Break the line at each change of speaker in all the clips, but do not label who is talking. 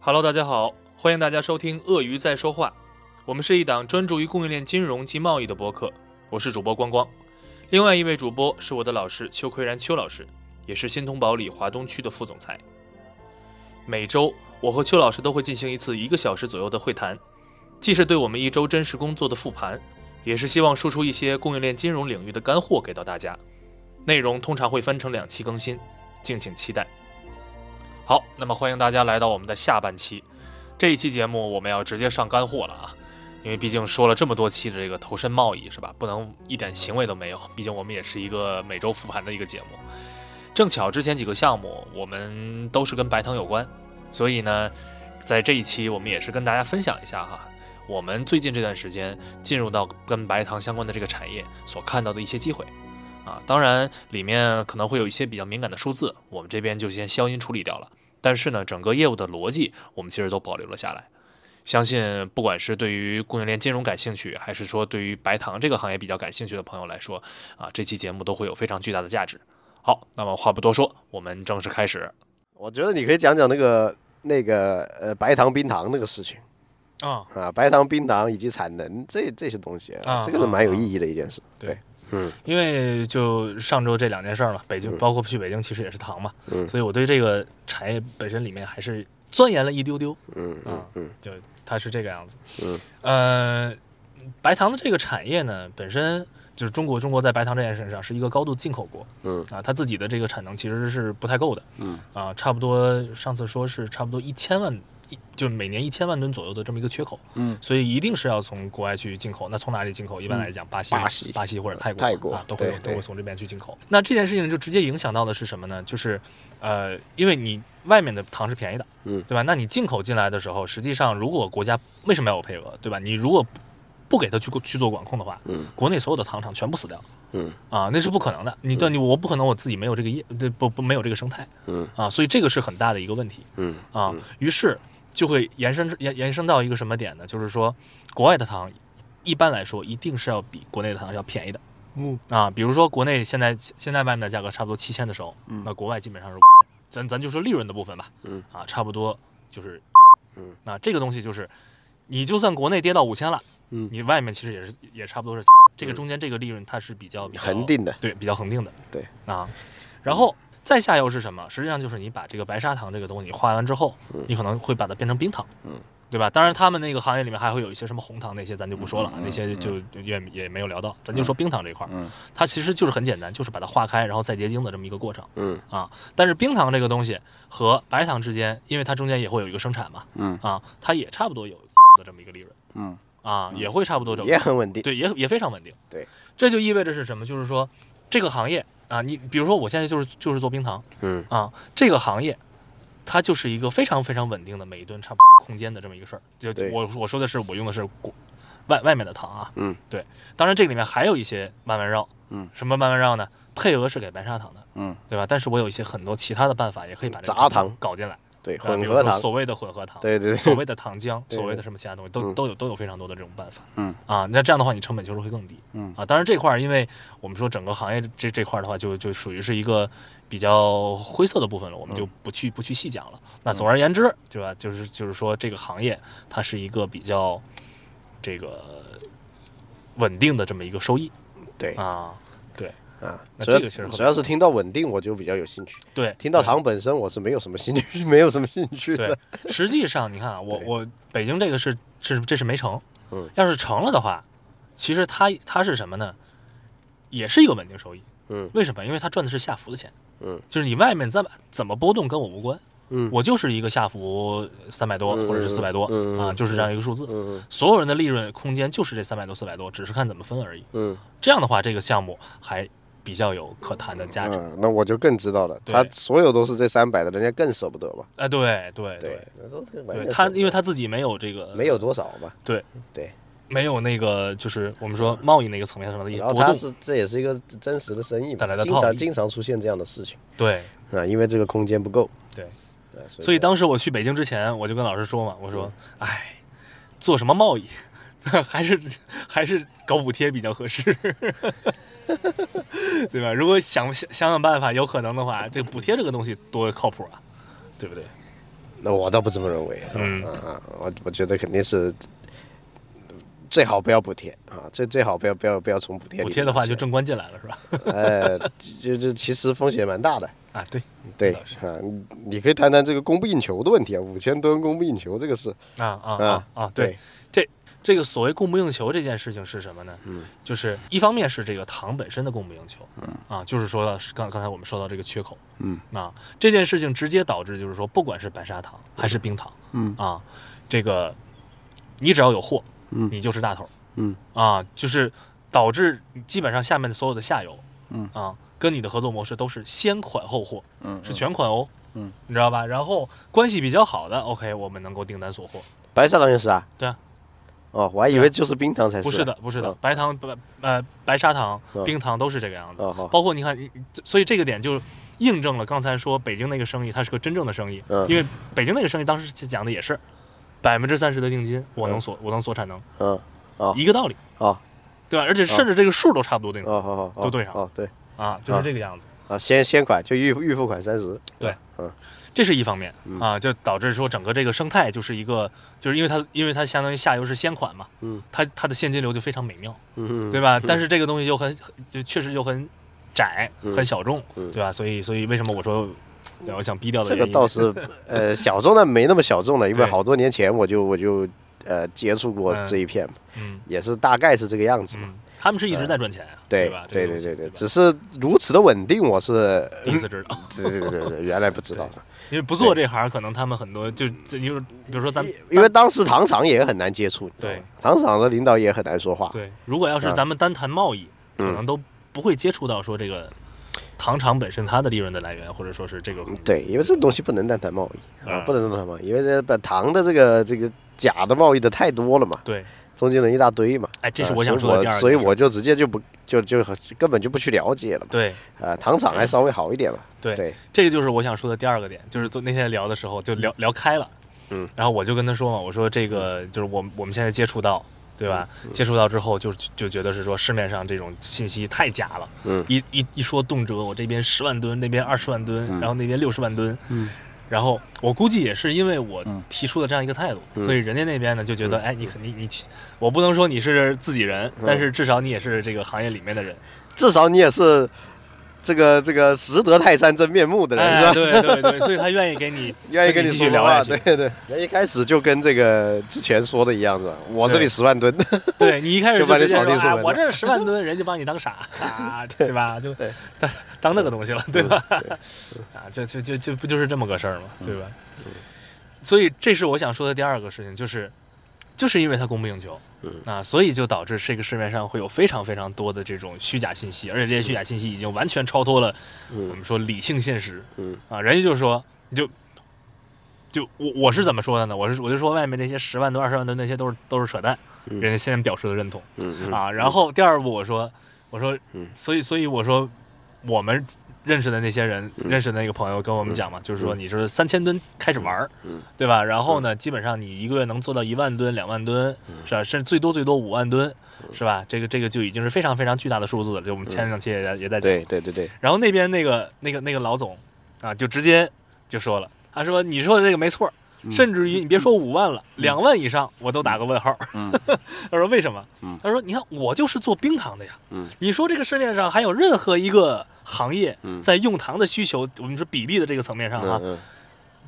Hello，大家好，欢迎大家收听《鳄鱼在说话》，我们是一档专注于供应链金融及贸易的播客，我是主播光光，另外一位主播是我的老师邱奎然邱老师，也是新通宝里华东区的副总裁。每周我和邱老师都会进行一次一个小时左右的会谈，既是对我们一周真实工作的复盘，也是希望输出一些供应链金融领域的干货给到大家。内容通常会分成两期更新，敬请期待。好，那么欢迎大家来到我们的下半期。这一期节目我们要直接上干货了啊，因为毕竟说了这么多期的这个投身贸易是吧，不能一点行为都没有， 毕竟我们也是一个每周复盘的一个节目。正巧之前几个项目我们都是跟白糖有关，所以呢，在这一期我们也是跟大家分享一下哈，我们最近这段时间进入到跟白糖相关的这个产业所看到的一些机会。啊，当然里面可能会有一些比较敏感的数字，我们这边就先消音处理掉了。但是呢，整个业务的逻辑我们其实都保留了下来。相信不管是对于供应链金融感兴趣，还是说对于白糖这个行业比较感兴趣的朋友来说，啊，这期节目都会有非常巨大的价值。好，那么话不多说，我们正式开始。
我觉得你可以讲讲那个那个呃白糖冰糖那个事情
啊，
啊，白糖冰糖以及产能这这些东西
啊
这个是蛮有意义的一件事。
对
对，嗯
因为就上周这两件事儿嘛，北京包括去北京其实也是糖嘛，
嗯
所以我对这个产业本身里面还是钻研了一丢丢。
嗯嗯
啊
嗯，
就它是这个样子。
嗯，
呃，白糖的这个产业呢，本身就是中国，中国在白糖这件事上是一个高度进口国。
嗯，
啊，它自己的这个产能其实是不太够的。
嗯，
啊，差不多上次说是差不多一千万。一就是每年一千万吨左右的这么一个缺口，
嗯，
所以一定是要从国外去进口。那从哪里进口？一般来讲，巴西、
巴西呃
巴西或者泰国、
泰国
啊，都会
对
有都会
对
从这边去进口。那这件事情就直接影响到的是什么呢？就是，呃，因为你外面的糖是便宜的，
嗯
对吧？那你进口进来的时候，实际上如果国家为什么要有配额，对吧？你如果不不给他去去做管控的话，
嗯，
国内所有的糖厂全部死掉
嗯
啊，那是不可能的。你但你我不可能我自己没有这个业，对不不没有这个生态
嗯
啊，所以这个是很大的一个问题
嗯
啊。于是就会延伸延延伸到一个什么点呢？就是说，国外的糖一般来说一定是要比国内的糖要便宜的
嗯
啊。比如说国内现在现在外面的价格差不多七千的时候，
嗯
那国外基本上是，咱咱就说利润的部分吧，
嗯
啊，差不多就是，
嗯，
那这个东西就是，你就算国内跌到五千了，
嗯
你外面其实也是也差不多是，这个中间这个利润它是比较比较
恒，定的，
对，比较恒定的，
对
啊，然后再下游是什么？实际上就是你把这个白砂糖这个东西化完之后，
嗯
你可能会把它变成冰糖，
嗯。
对吧？当然，他们那个行业里面还会有一些什么红糖那些，咱就不说了，
嗯
那些就就也也没有聊到，咱就说冰糖这块儿，
嗯
它其实就是很简单，就是把它化开，然后再结晶的这么一个过程。
嗯
啊，但是冰糖这个东西和白糖之间，因为它中间也会有一个生产嘛，
嗯
啊，它也差不多有的这么一个利润
嗯
啊，也会差不多这么
也很稳定。
对，也也非常稳定。
对，
这就意味着是什么？就是说这个行业啊，你比如说我现在就是就是做冰糖
嗯
啊，这个行业它就是一个非常非常稳定的每一吨差不多空间的这么一个事儿。就
对
我我说的是我用的是国外外面的糖啊，
嗯，
对，当然这里面还有一些慢慢绕，
嗯，
什么慢慢绕呢？配额是给白砂糖的。
嗯
对吧？但是我有一些很多其他的办法，也可以把这个
杂
糖
糖
搞进来，
对，
啊比
混
如
合
说
糖，
所谓的混合糖，
对对
所
对，
谓的糖 浆，
对
所谓的什么其他东西，都
嗯
都有都有非常多的这种办法。
嗯
啊，那这样的话，你成本就是会更低。
嗯
啊，当然这块儿，因为我们说整个行业这这块儿的话，就就属于是一个比较灰色的部分了，我
嗯
们就不去不去细讲了。那总而言之，对吧？就是就是说这个行业它是一个比较这个稳定的这么一个收益
对
啊。
啊，
那
主要
这个其实很
主要是听到稳定我就比较有兴趣，
对，
听到
对
糖本身我是没有什么兴趣，没有什么兴趣
对
的。，
实际上你看啊，我
对
我北京这个是是这是没成，
嗯，
要是成了的话，其实它它是什么呢？也是一个稳定收益。
嗯
为什么？因为它赚的是下浮的钱。
嗯，
就是你外面怎么怎么波动跟我无关，
嗯
我就是一个下浮三百多
嗯
或者是四百多、
嗯嗯
啊，就是这样一个数字。
嗯
所有人的利润空间就是这三百多、四百多，只是看怎么分而已。
嗯
这样的话，这个项目还比较有可谈的价值。
嗯，那我就更知道了，他
啊对
所有都是这三百的，人家更舍不得吧？
哎、对对
对，那都是完
对，
全
他
舍不
因为
得
他自己没有这个
没有多少吧？
对
对，
没有那个就是我们说贸易那个层面上的一些
然后
波
他
动，
是这也是一个真实的生意
带来
嘛，
的
经
套
常
利
经常出现这样的事情
对
啊，因为这个空间不够，
对。
啊
所以
这样
当时我去北京之前，我就跟老师说嘛，我说，哎，做什么贸易， 还是还是搞补贴比较合适， 对吧？如果想想想想办法，有可能的话，这个补贴这个东西多靠谱啊，对不对？
那我倒不这么认为啊，
嗯
啊啊，我我觉得肯定是最好不要补贴啊，最最好不要不要不要从补贴里
补贴的话就
挣
正官进来了是吧？
呃，就就其实风险蛮大的，
啊，对，
对
倒是
啊，你你可以谈谈这个供不应求的问题啊，五千吨供不应求这个事，
啊啊啊
啊
啊，对，，这个所谓供不应求这件事情是什么呢？
嗯，
就是一方面是这个糖本身的供不应求，嗯啊，就是说到刚刚才我们说到这个缺口，
嗯
啊，这件事情直接导致就是说，不管是白砂糖还是冰糖，
嗯
啊，这个你只要有货，
嗯
你就是大头，
嗯
啊，就是导致基本上下面的所有的下游，
嗯
啊，跟你的合作模式都是先款后货，
嗯
是全款哦，
嗯，
你知道吧？然后关系比较好的，OK，我们能够订单锁货，
白砂糖也是啊，
对啊，
哦，我还以为就是冰糖才
不是
是
的，不是的
嗯，
白糖白呃白砂糖、
嗯
冰糖都是这个样子，
哦好，
包括你看，你所以这个点就印证了刚才说北京那个生意，它是个真正的生意，
嗯
因为北京那个生意当时讲的也是百分之三十的定金，我能锁、我能锁产能，
嗯，哦
一个道理，
哦
对吧？而且甚至这个数都差不多定、
哦好好，
都对上
哦对，
啊，就是这个样子。
啊先先款就预预付款三十，
对，
嗯
这是一方面
嗯
啊，就导致说整个这个生态就是一个，就是因为它因为它相当于下游是先款嘛，
嗯
它它的现金流就非常美妙，
嗯，
对吧？但是这个东西就很很就确实就很窄、
嗯
很小众，
嗯
对吧？所以所以为什么我说我想逼掉的
这
原
个
因
倒是呃小众，但没那么小众了，因为
对
好多年前我就我就呃接触过
嗯
这一片，
嗯
也是大概是这个样子嘛。
嗯，他们是一直在赚钱啊，
对
吧？这
对
个东
对
西
对
对
对，嗯
吧
只是如此的稳定，我是
第一次知道，
对对对对对，原来不知道的，
因为不做这行，可能他们很多就就就是比如说咱们
因为当时糖厂也很难接触，你知道
对
吗糖厂的领导也很难说话，
对，如果要是
啊
咱们单谈贸易，可
嗯
能都不会接触到说这个糖厂本身它的利润的来源，或者说是这个
对，因为这东西不能单谈贸易啊
嗯，
不能单谈贸易，因为这把糖的这个这个假的贸易的太多了嘛，
对，
中间人一大堆嘛，
哎，这是
啊
我想
所
说的
以
第
我
二个事儿，
所以我就直接就不就就根本就不去了解了嘛，
对
啊，糖厂还稍微好一点嘛，
对
对，
这个就是我想说的第二个点，就是昨那天聊的时候就聊聊开了，
嗯，
然后我就跟他说嘛，我说这个就是我们我们现在接触到。对吧？
嗯
接触到之后就就觉得是说市面上这种信息太假了，
嗯
一一一说动辄我这边十万吨，那边二十万吨，然后那边六十万吨，
嗯，
然后我估计也是因为我
嗯
提出了这样一个态度，
嗯
所以人家那边呢就觉得，哎，你可你你，我不能说你是自己人，
嗯
但是至少你也是这个行业里面的人，
至少你也是这个这个识得泰山真面目的人是吧
哎，？对对对，所以他愿意给你
愿意跟
你
你
继
说
续聊
话
下去。
对对，那一开始就跟这个之前说的一样是吧？我这
对
里十万吨，
对你一开始
就把
直
你
接
扫地
说，
出
啊，
门
我
了
这十万吨，人家把你当傻，啊、对吧？就
对嗯
当当那个东西了，对吧？ 啊，这这这这不就是这么个事儿吗？对吧？
嗯
所以这是我想说的第二个事情，就是就是因为它供不应求，
嗯
啊，所以就导致这个市面上会有非常非常多的这种虚假信息，而且这些虚假信息已经完全超脱了我们说理性现实，
嗯
啊，人家就说你就。就我我是怎么说的呢？我是我就说外面那些十万吨、二十万吨那些都是都是扯淡，
嗯
人家现在表示了认同。
嗯
啊，然后第二步我说，我说
嗯，
所以所以我说，我们认识的那些人，
嗯
认识的那个朋友跟我们讲嘛，就是说你是三千吨开始玩儿
嗯，嗯
对吧？然后呢，基本上你一个月能做到一万吨、两万吨，是吧？甚至最多最多五万吨，是吧？这个这个就已经是非常非常巨大的数字了。就我们前两期也在也在讲，
嗯对对对对，
然后那边那个那个那个老总啊，就直接就说了，他说你说的这个没错儿，
嗯
甚至于你别说五万了，两万以上我都打个问号。
嗯
他说为什么
嗯？
他说你看我就是做冰糖的呀
嗯，
你说这个市面上还有任何一个行业
嗯
在用糖的需求，我们说比例的这个层面上啊，
嗯嗯，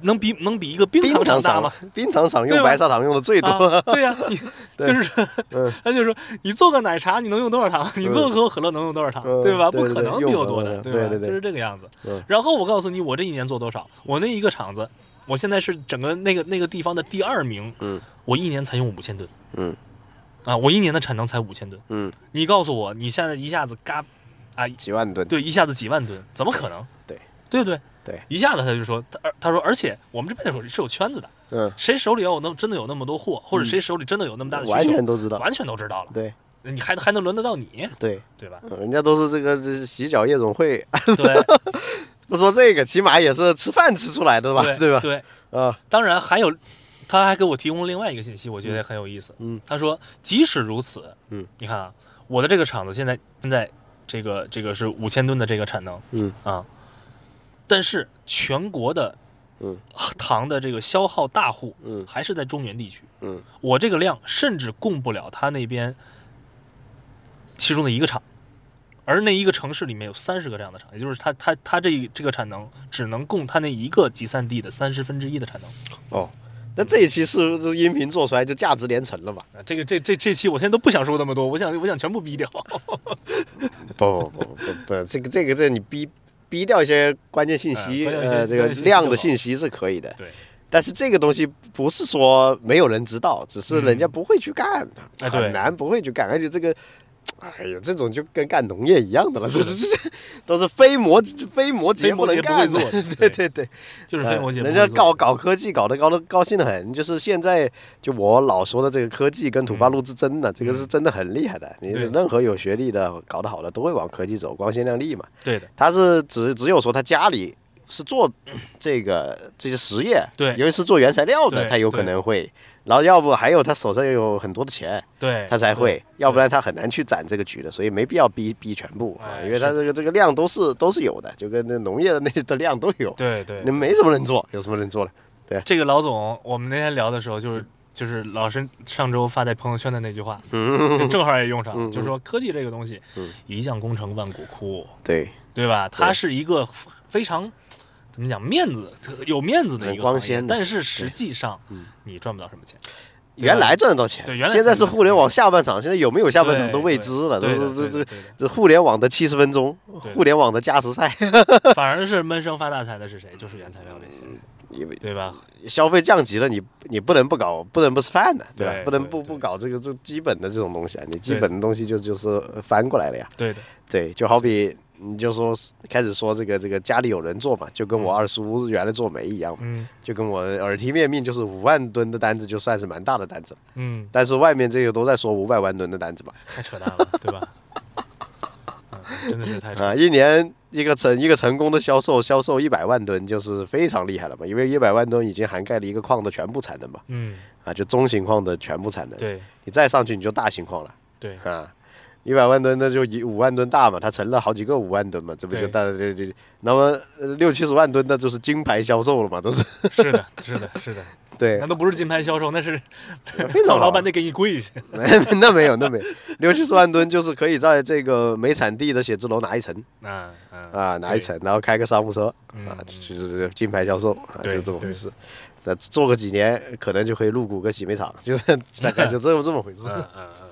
能比能比一个冰
冰
糖厂
糖
大吗
厂？，冰糖厂
对
用
吧
白砂糖用的最
啊
多，，
对 呀、你
对
就是
嗯，
他就说你做个奶茶，你能用多少糖？你做个可口可乐能用多少糖？
嗯
对吧？
对
不
对
可
对
能
用
你有
不
多
了
难，
对
吧？
对对
就是这个样子
嗯。
然后我告诉你，我这一年做多少？我那一个厂子，我现在是整个那个那个地方的第二名。
嗯，
我一年才用五千吨。
嗯，
啊，我一年的产能才五千吨。
嗯，
你告诉我，你现在一下子嘎，啊，
几万吨，
对，一下子几万吨，怎么可能？
对，
对不对？
对
一下子他就说，他而他说，而且我们这边有是有圈子的，
嗯，
谁手里要有那么真的有那么多货，或者谁手里真的有那么大的需求，
完全都知道，
完全都知道了，
对
你还还能轮得到你，
对，？
对吧
人家都是这个这洗脚夜总会，啊
对
不说这个，起码也是吃饭吃出来的吧，对吧？
对，
啊，
当然还有，他还给我提供了另外一个信息，我觉得也很有意思。
嗯，
他说即使如此，
嗯，
你看啊，我的这个厂子现在现在这个啊这个是五千吨的这个产能，
嗯
啊，但是全国的
嗯
糖的这个消耗大户
嗯
还是在中原地区。
嗯，
我这个量甚至供不了他那边其中的一个厂，而那一个城市里面有三十个这样的厂，也就是他他他这这个产能只能供他那一个集散地的三十分之一的产能。
哦，那这一期是不是音频做出来就价值连城了吧？
啊，这个这这这期我现在都不想说那么多，我想我想全部逼掉。
不不不不 不，这个这个这你逼逼掉一些关键信息，
哎关键信息
呃，这个
关键信息
量
就
的
好
信息是可以的。
对，
但是这个东西不是说没有人知道，只是人家不会去干，
嗯哎对
很难不会去干，而且这个。哎呀，这种就跟干农业一样的了，这这这都是非摩非摩
非
羯
摩
能
羯不
干
会
的
做对
对对对，
就是非摩羯
呃
不会
人
做，
家搞搞科技搞得高的高兴的很，就是现在就我老说的这个科技跟土八路之争呢，这个是真的很厉害的。你
嗯对
任何有学历的搞得好的都会往科技走，光鲜亮丽嘛。
对的，
他是只只有说他家里是做这个这些实业，
对
尤其是做原材料的，
对
他有可能会。然后要不还有他手上有很多的钱，
对
他才会，要不然他很难去攒这个局的，所以没必要逼逼全部啊，
哎
因为他
是
这个这个量都是都是有的，就跟那农业的那的量都有。
对对
那没什么人做，有什么人做了？
这个老总，我们那天聊的时候，就是就是老师上周发在朋友圈的那句话，
嗯
就正好也用上了，就是说科技这个东西，一将功成万骨枯，
对，
对吧？它是一个非常怎么讲面子特有面子的一
很
个
光
行业
鲜的嗯
但是实际上你赚不到什么钱。对吧
原来赚得到钱，
对原来
现在是
赚得到
互联网下半场，现在有没有下半场
对
都未知了，都
对的
是这
对的
这
对的
这互联网的七十分钟，
对的
互联网的加时赛，
反而是闷声发大财的是谁？就是原材料这些
嗯
人，
因为
对吧？
消费降级了，你你不能不搞，不能不吃饭的，对吧？
对
不能
对
不
对
不搞这个这基本的这种东西啊，你基
对
本的东西就就是翻过来了呀，
对的，
对，就好比你就说开始说这个这个家里有人做嘛，就跟我二叔原来做煤一样嘛，
嗯
就跟我耳提面命，就是五万吨的单子就算是蛮大的单子了，
嗯，
但是外面这个都在说五百万吨的单子嘛。
太扯淡了，对吧？嗯真的是太扯，
啊，一年一个成一个成功的销售，销售一百万吨就是非常厉害了嘛，因为一百万吨已经涵盖了一个矿的全部产能嘛，
嗯，
啊，就中型矿的全部产能，
对
你再上去你就大型矿了
对，
啊，一百万吨那就一五万吨大嘛，它成了好几个五万吨嘛，这不就
对
大这这，那么呃六七十万吨那就是金牌销售了嘛，都是
是的，是的，是的，
对
那，都不是金牌销售，那是
非常
让
好
老板得给你跪下。
那没有那没有，六七十万吨就是可以在这个煤产地的写字楼拿一层
嗯嗯
啊，拿一
对
层，然后开个商务车，啊，
嗯
就是金牌销售啊，就
对
这么回
对
事。那做个几年，可能就可以入股个洗煤厂，就是 大概就这么这么回事。
嗯嗯嗯，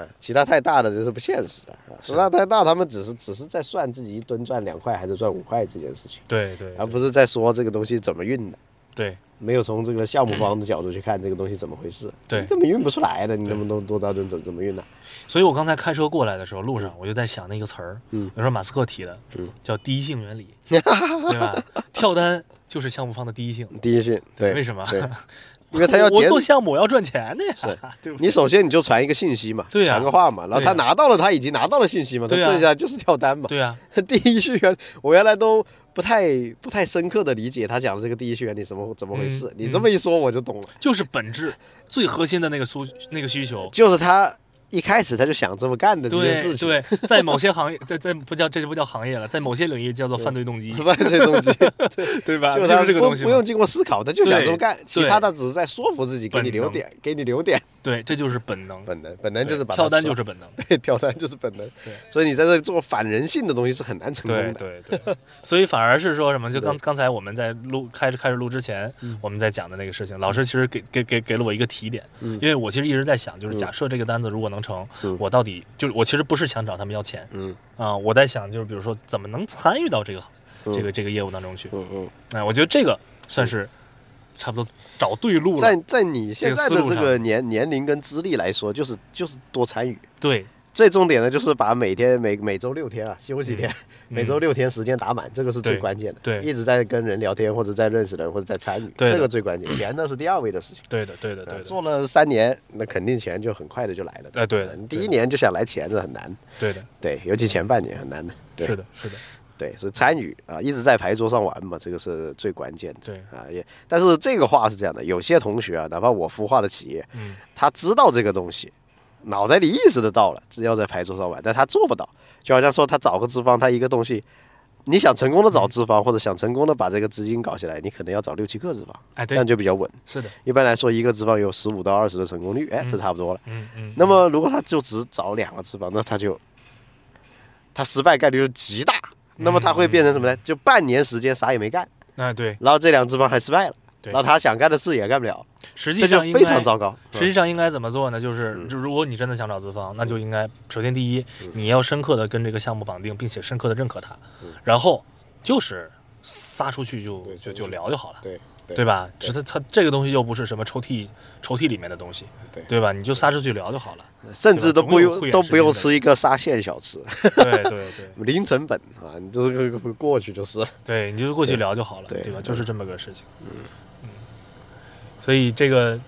嗯，其他太大的这是不现实的。啊，其他太大，他们只是只是在算自己一吨赚两块还是赚五块这件事情，
对对
而不是在说这个东西怎么运的。
对
没有从这个项目方的角度去看这个东西怎么回事，
对
你根本运不出来的，你那么多多大吨怎么怎么运呢？
所以我刚才开车过来的时候，路上我就在想那个词儿，
嗯
有时候马斯克提的，
嗯
叫第一性原理，对 吧？跳单就是项目方的第一性，
第一性，对，
为什么
对，因为他要
我
减
做项目我要赚钱的呀，对不
你
对？
首先你就传一个信息嘛，
对呀
传个话嘛，然后
对
他
呀
拿到了，他已经拿到了信息嘛，他
对啊呀
剩下就是跳单嘛。
对啊，
第一序原，我原来都不太不太深刻的理解他讲的这个第一序原理怎么怎么回事。
嗯
你这么一说，我就懂了，
就是本质最核心的那个诉那个需求。
就是他一开始他就想这么干的这件
对
事情，
对，在某些行业，在在不叫这就不叫行业了，在某些领域叫做犯罪 动机，
犯罪动机，
对吧？
就
就是
他
是这个
不
东西
不
嘛。
用经过思考，他就想这么干
对，
其他的只是在说服自己，给你
本能
留点，给你留点
对，这就是本能。
本能，本能就是
对
把它
跳单
吃
就
了
是本能。
对 跳单就是本能
对，
所以你在这做反人性的东西是很难成功
对
的。
对对， 所以反而是说什么？就刚刚才我们在录开始开始录之前，
嗯
我们在讲的那个事情，老师其实给给给给了我一个提点，
嗯
因为我其实一直在想，就是假设这个单子如果能成，我到底就是我其实不是想找他们要钱
嗯
啊、我在想就是比如说怎么能参与到这个行这个这个业务当中去？
嗯嗯。
哎、我觉得这个算是差不多找对路
在
了，
在你现在
嗯这
的
个思路
这
上
个年年龄跟资历来说，就是就是多参与。
对，
最重点的就是把每天每每周六天啊休息天，
嗯
每周六天时间打满，这个是最
对
关键的。
对
一直在跟人聊天，或者在认识人，或者在参与，
对的
这个 最关键。钱呢是第二位的事情。呃
对的对的对的，
做了三年，那肯定钱就很快的就来了。呃
哎对的
你第一年就想来钱是很难，
对的
对，尤其前半年很难的。对
是的是的，
对，是参与啊，一直在牌桌上玩嘛，这个是最关键的。
对
啊，也但是这个话是这样的，有些同学啊，哪怕我孵化的企业，
嗯，
他知道这个东西，脑袋里意识得到了，只要在牌桌上玩，但他做不到。就好像说他找个资方，他一个东西你想成功的
嗯
找资方，或者想成功的把这个资金搞起来，你可能要找六七个资方，
哎，
这
对
样，就比较稳。
是的，
一般来说，一个资方有十五到二十的成功率，哎，这差不多了。
嗯嗯。
那么如果他就只找两个资方，那他就他失败概率就极大。那么他会变成什么
嗯
呢？就半年时间啥也没干，
那啊对，
然后这两个资方还失败了，
对
然后他想干的事也干不了，
实际
这就
上应
非常
该，
糟糕。
实际上应该怎么做呢？就是，就如果你真的想找资方，那就应该首先第一，你要深刻的跟这个项目绑定，并且深刻的认可它，然后就是撒出去就
对
嗯就
就
就是聊就好了。
对
对吧？只是它这个东西又不是什么抽屉抽屉里面的东西，
对
对吧？你就撒出去聊就好了。
甚至都不
总有
用
慧眼
都
识
不用
英的
吃一个沙县小 吃，
对对对
零成本啊，你这个过去就是了。
对，你就过去聊就好了，
对
对吧？
对
就是这么个事情。嗯所以这个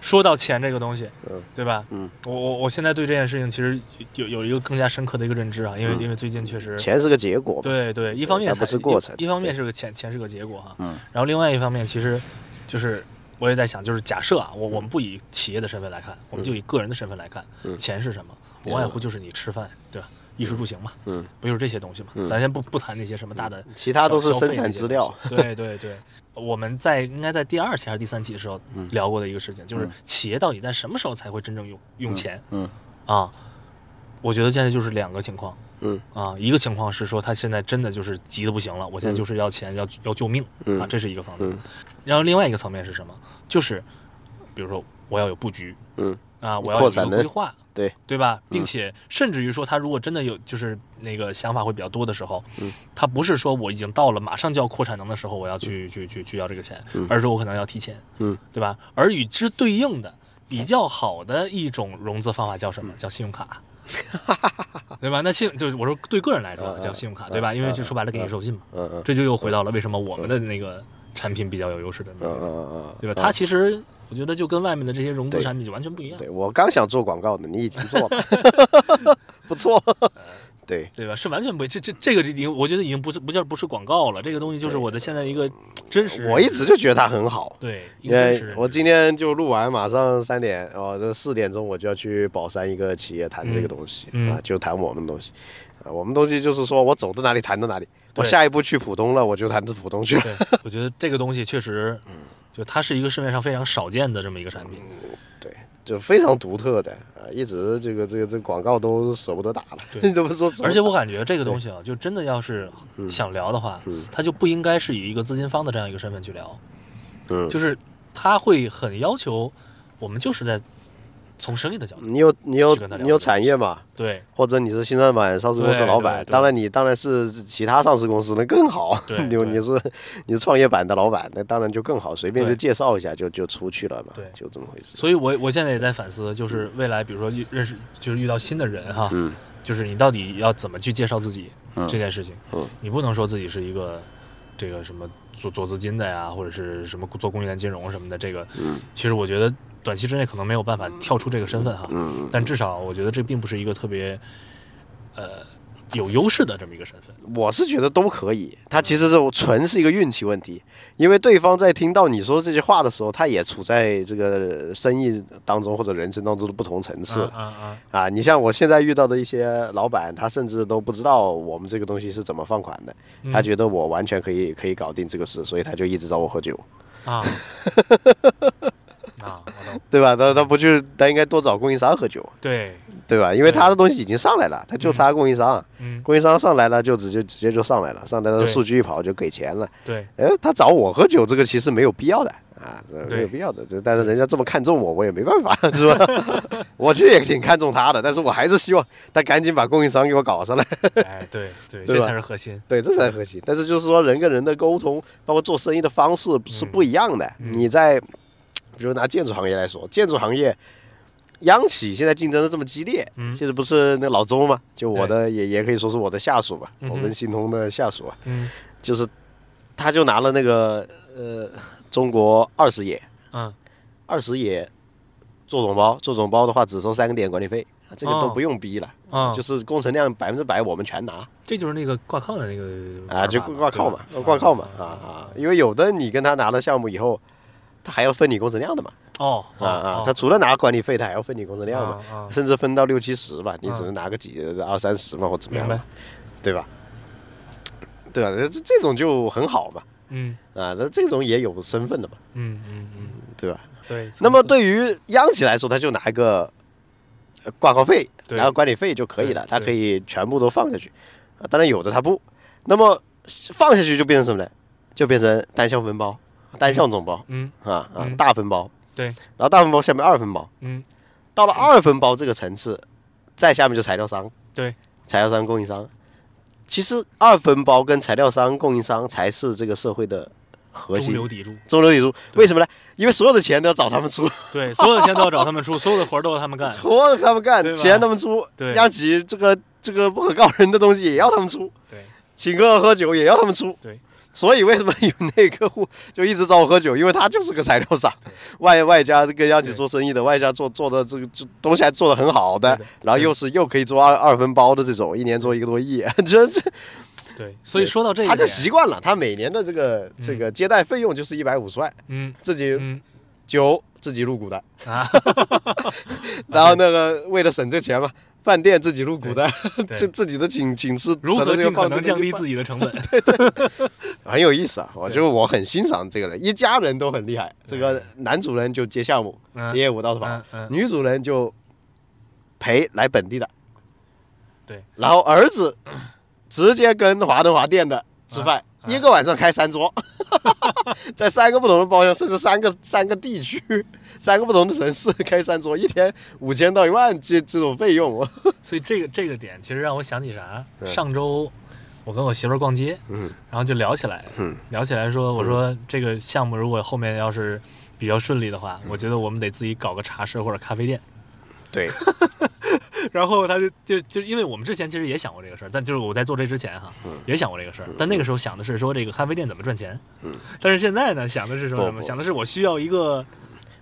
说到钱这个东西，
嗯
对吧？
嗯，
我我我现在对这件事情其实有有有一个更加深刻的一个认知啊，因为、
嗯
因为最近确实。
钱是个结果嘛，
对对，一方面
它不
才
是过程
一，一方面
对
是个钱，钱是个结果哈。
嗯。
然后另外一方面，其实就是我也在想，就是假设啊，我我们不以企业的身份来看，我们就以个人的身份来看，
嗯
钱是什么？无外乎就是你吃饭，对吧？衣食住行嘛，
嗯，
不就是这些东西嘛？
嗯
咱先不不谈那些什么大的
其他都是
消消费
生产
那些
资
东
料。
西。 对对对，我们在应该在第二期还是第三期的时候
嗯
聊过的一个事情，就是企业到底在什么时候才会真正用用钱
嗯
啊？我觉得现在就是两个情况。
嗯
啊，一个情况是说他现在真的就是急得不行了，我现在就是要钱，要要救命啊，
嗯
这是一个方面
嗯。
然后另外一个层面是什么？就是比如说我要有布局
嗯
啊，我要有
扩
一个
展的
规划，
对
对吧？
嗯
并且甚至于说，他如果真的有就是那个想法会比较多的时候，
嗯
他不是说我已经到了马上就要扩产能的时候，我要去去去去要这个钱，而是说我可能要提前，
嗯，
对吧？而与之对应的比较好的一种融资方法叫什
嗯
么？叫信用卡。 对吧？那信就是我说对个人来说啊
嗯嗯
叫信用卡，
嗯
对吧？因为就
嗯
说白了给你授信嘛，
嗯嗯
这就又回到了为什么我们的那个产品比较有优势的那
嗯
个，
嗯嗯，
对吧？
嗯
它其实我觉得就跟外面的这些融资
对
产品就完全不一样，
对我刚想做广告呢，你已经做了， 不错。
呃
对，
对吧？是完全不这这这个已经我觉得已经不是不叫不是广告了，这个东西就是我的现在一个真实认知。
我一直就觉得它很好。
对，一
因
个真实
为
认
哎我
知
今天就录完，马上三点哦，这四点钟我就要去宝山一个企业谈这个东西、
嗯嗯
啊，就谈我们的东西啊，我们东西就是说我走到哪里谈到哪里，我
对
下一步去浦东了，我就谈至浦东去了。
对，我觉得这个东西确实，
嗯
就它是一个市面上非常少见的这么一个产品。
对，就非常独特的啊，一直这个这个这个广告都舍不得打了，
对
你 怎么说舍不得打？
而且我感觉这个东西啊，就真的要是
嗯
想聊的话，它就不应该是以一个资金方的这样一个身份去聊，
嗯
就是他会很要求我们就是在从生意的角度，
你有你有
去跟他聊
你有
这个
产业嘛，
对
或者你是新三板上市公司
对
老板，
对对
当然你当然是其他上市公司那更好
对，
你
对
你是你是创业板的老板，那当然就更好，随便就
对
介绍一下就就出去了嘛
对，
就这么回事。
所以我我现在也在反思，就是未来比如说遇认识就是遇到新的人哈，
嗯
就是你到底要怎么去介绍自己
嗯
这件事情
嗯，
你不能说自己是一个。这个什么做做资金的呀，或者是什么做供应链金融什么的，这个，
嗯
其实我觉得短期之内可能没有办法跳出这个身份哈。
嗯，
但至少我觉得这并不是一个特别，呃，有优势的这么一个身份。
我是觉得都可以，他其实这纯是一个运气问题，因为对方在听到你说这些话的时候，他也处在这个生意当中或者人生当中的不同层次。
啊啊，
啊，你像我现在遇到的一些老板，他甚至都不知道我们这个东西是怎么放款的，
嗯
他觉得我完全可以可以搞定这个事，所以他就一直找我喝酒，
啊啊，我懂。
对吧？他他不去，他应该多找供应商喝酒，
对，
对吧？因为他的东西已经上来了，他就差供应商，啊
嗯，
供应商上来了就直接直接就上来了，上来了
对
数据一跑就给钱了。
对，
哎，他找我喝酒这个其实没有必要的啊，呃没
对
有必要的。这但是人家这么看重我，我也没办法，是吧？ 我其实也挺看重他的，但是我还是希望他赶紧把供应商给我搞上来。
哎，对对，
对
这
吧
才是核心。
对，这才是核心。但是就是说，人跟人的沟通，包括做生意的方式
嗯
是不一样的。你在，比如拿建筑行业来说，建筑行业，央企现在竞争的这么激烈，
嗯
现在不是那老周嘛，就我的也也可以说是我的下属吧，
嗯哼
我跟新通的下属啊，
嗯
就是他就拿了那个呃中国二十野，
嗯，
二十野做总包，做总包的话只收三个点管理费，这个都
哦
不用逼了，
啊，
就
就是
工程量百分之百我们全拿。
这就是那个挂靠的那个玩
啊，
法
就挂靠嘛，
对吧
挂靠嘛，啊啊，因为有的你跟他拿了项目以后，他还要分你工程量的嘛，
哦哦
啊啊
哦，
他除了拿管理费，他还要分你工程量嘛，
啊啊
甚至分到六七十吧，你
嗯
只能拿个几二三十嘛，或怎么样
明白
嘛，对吧？对吧？这这种就很好嘛，
嗯
啊，那这种也有身份的嘛，
嗯嗯嗯，
对吧？
对。
那么对于央企来说，他就拿一个呃挂靠费，
对
拿个管理费就可以了，
对
他可以全部都放下去。啊，当然有的他不，那么放下去就变成什么呢？就变成单向分包、单向总包
嗯
啊啊
嗯，
大分包。
对
然后大分包下面二分包，
嗯
到了二分包这个层次，再下面就材料商，
对，
材料商、供应商。其实二分包跟材料商、供应商才是这个社会的核
中
心，
流砥柱，
中流砥柱。为什么呢？因为所有的钱都要找他们出。
对，所有的钱都要找他们出，所有的活儿都要他 们干。
活他们干
对，吧
钱他们出，
对
央企这个这个不可告人的东西也要他们出，
对，
请客喝酒也要他们出，
对。
所以为什么有那客户 就一直找我喝酒？因为他就是个材料商，外外加跟央企做生意的，外加做做的这个这东西还做的很好的
对的，
然后又是又可以做二二分包的这种，一年做一个多亿， 这这
对，所以说到这一
他
点
就，习惯了，他每年的这个这
嗯
个接待费用就是一百五十万，
嗯
自己
嗯
酒自己入股的，
啊，
然后那个为了省这钱嘛，饭店自己入股的，
对
自自己的寝寝室
如何尽可能降低
己，
自己的成本？
很有意思啊！我
对
觉得我很欣赏这个人，一家人都很厉害。这个男主人就接项目、
嗯
接业务到处跑
嗯，嗯，
女主人就陪来本地的，
对，
然后儿子直接跟华东华店的吃饭，
嗯嗯
一个晚上开三桌， 在三个不同的包厢，甚至三个三个地区、三个不同的城市开三桌，一天五千到一万这这种费用，我
所以这个这个点其实让我想起啥？
嗯
上周我跟我媳妇儿逛街，
嗯
然后就聊起来，
嗯
聊起来说，我说这个项目如果后面要是比较顺利的话，
嗯
我觉得我们得自己搞个茶室或者咖啡店。
对，
然后他就就就因为我们之前其实也想过这个事儿，但就是我在做这之前哈，也想过这个事儿，但那个时候想的是说这个咖啡店怎么赚钱，
嗯，
但是现在呢想的是说
不
什么？
不
想的是我需要一个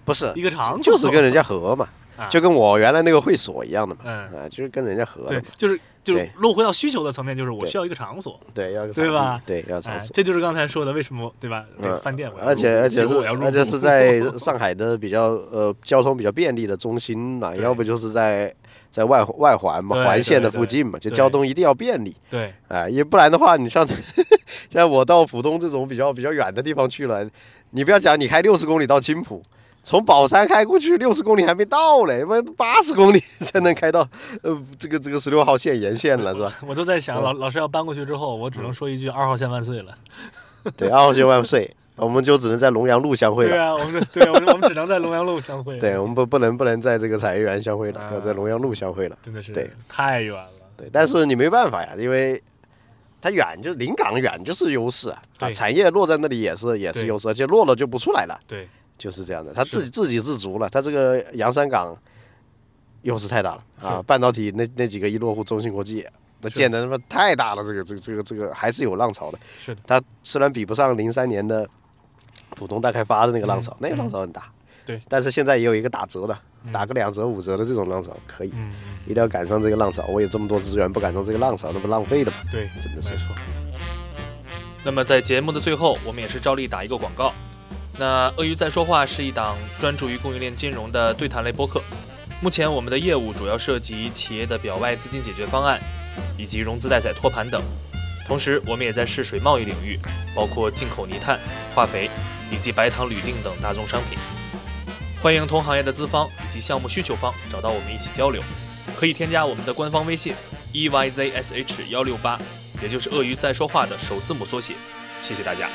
不是
一个场所，
就是跟人家合嘛
啊，
就跟我原来那个会所一样的嘛，
嗯
啊，就是跟人家合的
对
嘛，，
就是就是
对
落回到需求的层面，就是我
对
需要一个场所，
对，要个
对
场
吧
地对，要场
哎，
所，
这就是刚才说的为什么对吧？这个
嗯
饭店我要
而且
入
而且
酒
是
我要入
而且
股
是在上海的比较呃交通比较便利的中心嘛，
对
要不就是在在外外环嘛，
对
环线的
对
附
对
近嘛，就
对
交通一定要便利。
对
哎，也不然的话，你像 像我到浦东这种比较比较远的地方去了，你不要讲你开六十公里到青浦，从宝山开过去六十公里还没到嘞，不八十公里才能开到呃这个这个十六号线沿线了是吧？
我都在
嗯
想，老老师要搬过去之后，我只能说一句“二号线万岁”了。
对，二号线万岁，我们就只能在龙阳路相会
对
了。
啊，我们对，我们我们只能在龙阳路相会。，
对，我们不不能不能在这个彩玉园相会了，
啊
要在龙阳路相会了。
真的是
对
太远了。
对，但是你没办法呀，因为它远，就临港远就是优势啊，啊
对
产业落在那里也是也是
对
优势，而且落了就不出来了。
对，
就是这样的，他
是
自己自给自足了，他这个洋山港优势太大了啊
是！
半导体那那几个一落户中芯国际，那
是
建的他妈太大了，这个这个这个这个还是有浪潮的。
是的，
它虽然比不上零三年的浦东大开发的那个浪潮，
嗯
那个浪潮很大，
对
但是现在也有一个打折的，
嗯
打个两折五折的这种浪潮可以，
嗯，
一定要赶上这个浪潮。我有这么多资源，不赶上这个浪潮，那不浪费了吗？
对，
真的是
没错。那么在节目的最后，我们也是照例打一个广告。那《鳄鱼在说话》是一档专注于供应链金融的对谈类播客。目前我们的业务主要涉及企业的表外资金解决方案，以及融资代载托盘等。同时，我们也在试水贸易领域，包括进口泥炭、化肥以及白糖、铝锭等大宗商品。欢迎同行业的资方以及项目需求方找到我们一起交流，可以添加我们的官方微信 e y z s h 幺六八，也就是鳄鱼在说话的首字母缩写。谢谢大家。